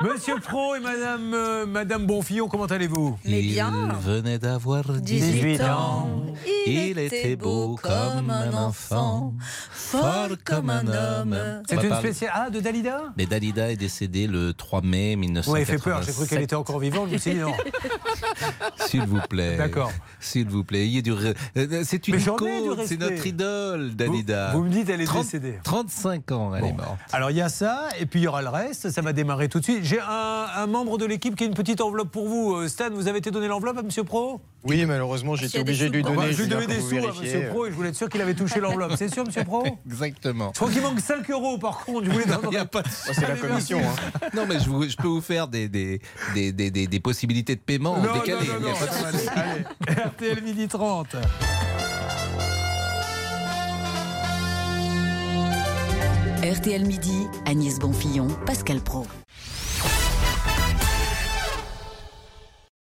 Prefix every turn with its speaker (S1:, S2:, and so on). S1: Monsieur Pro et Madame, euh, Madame Bonfillon, comment allez-vous
S2: Mais bien.
S3: Il venait d'avoir 18,
S2: 18
S3: ans.
S2: ans.
S3: Il était beau comme un enfant, fort comme un homme. On
S1: C'est
S3: va
S1: une
S3: parler-
S1: spéciale. Ah, de Dalida
S3: Mais Dalida est décédée le 3 mai
S1: Oui,
S3: 1987.
S1: il fait peur. J'ai cru qu'elle était encore vivante. Je me suis dit non.
S3: S'il vous plaît.
S1: D'accord.
S3: S'il vous plaît, ayez du. re- Euh, C'est une
S1: Mais j'en ai du
S3: icône,
S1: respect.
S3: c'est notre idole, Dalida.
S1: Vous, vous me dites, elle est
S3: 30
S1: décédée.
S3: 35 ans, elle est
S1: Bon.
S3: morte.
S1: Alors il y a ça, et puis il y aura le reste, ça va démarrer tout de suite. J'ai un, un membre de l'équipe qui a une petite enveloppe pour vous. Euh, Stan, vous avez été donné l'enveloppe à Monsieur Pro
S4: Oui, malheureusement, j'ai
S2: S'il y
S4: été
S2: a des
S4: obligé de lui
S2: sous-
S4: donner.
S1: Bah, Je lui
S4: Julien,
S1: donnais
S4: pour
S1: des
S4: vous
S1: sous à
S4: vérifier.
S1: Monsieur Pro et je voulais être sûr qu'il avait touché l'enveloppe. C'est sûr, Monsieur Pro Je
S3: Exactement.
S1: crois qu'il manque 5 euros par contre. Je voulais
S3: Il n'y a pas de
S4: Oh, C'est la commission. hein.
S3: Non, mais je, vous- je peux vous faire des, des, des, des, des- des possibilités de paiement
S1: Non, non,
S3: décalées.
S1: non,
S3: hein. Il y a
S1: non.
S3: pas de souci.
S1: Allez, RTL midi 30.
S5: RTL Midi, Agnès Bonfillon, Pascal Pro.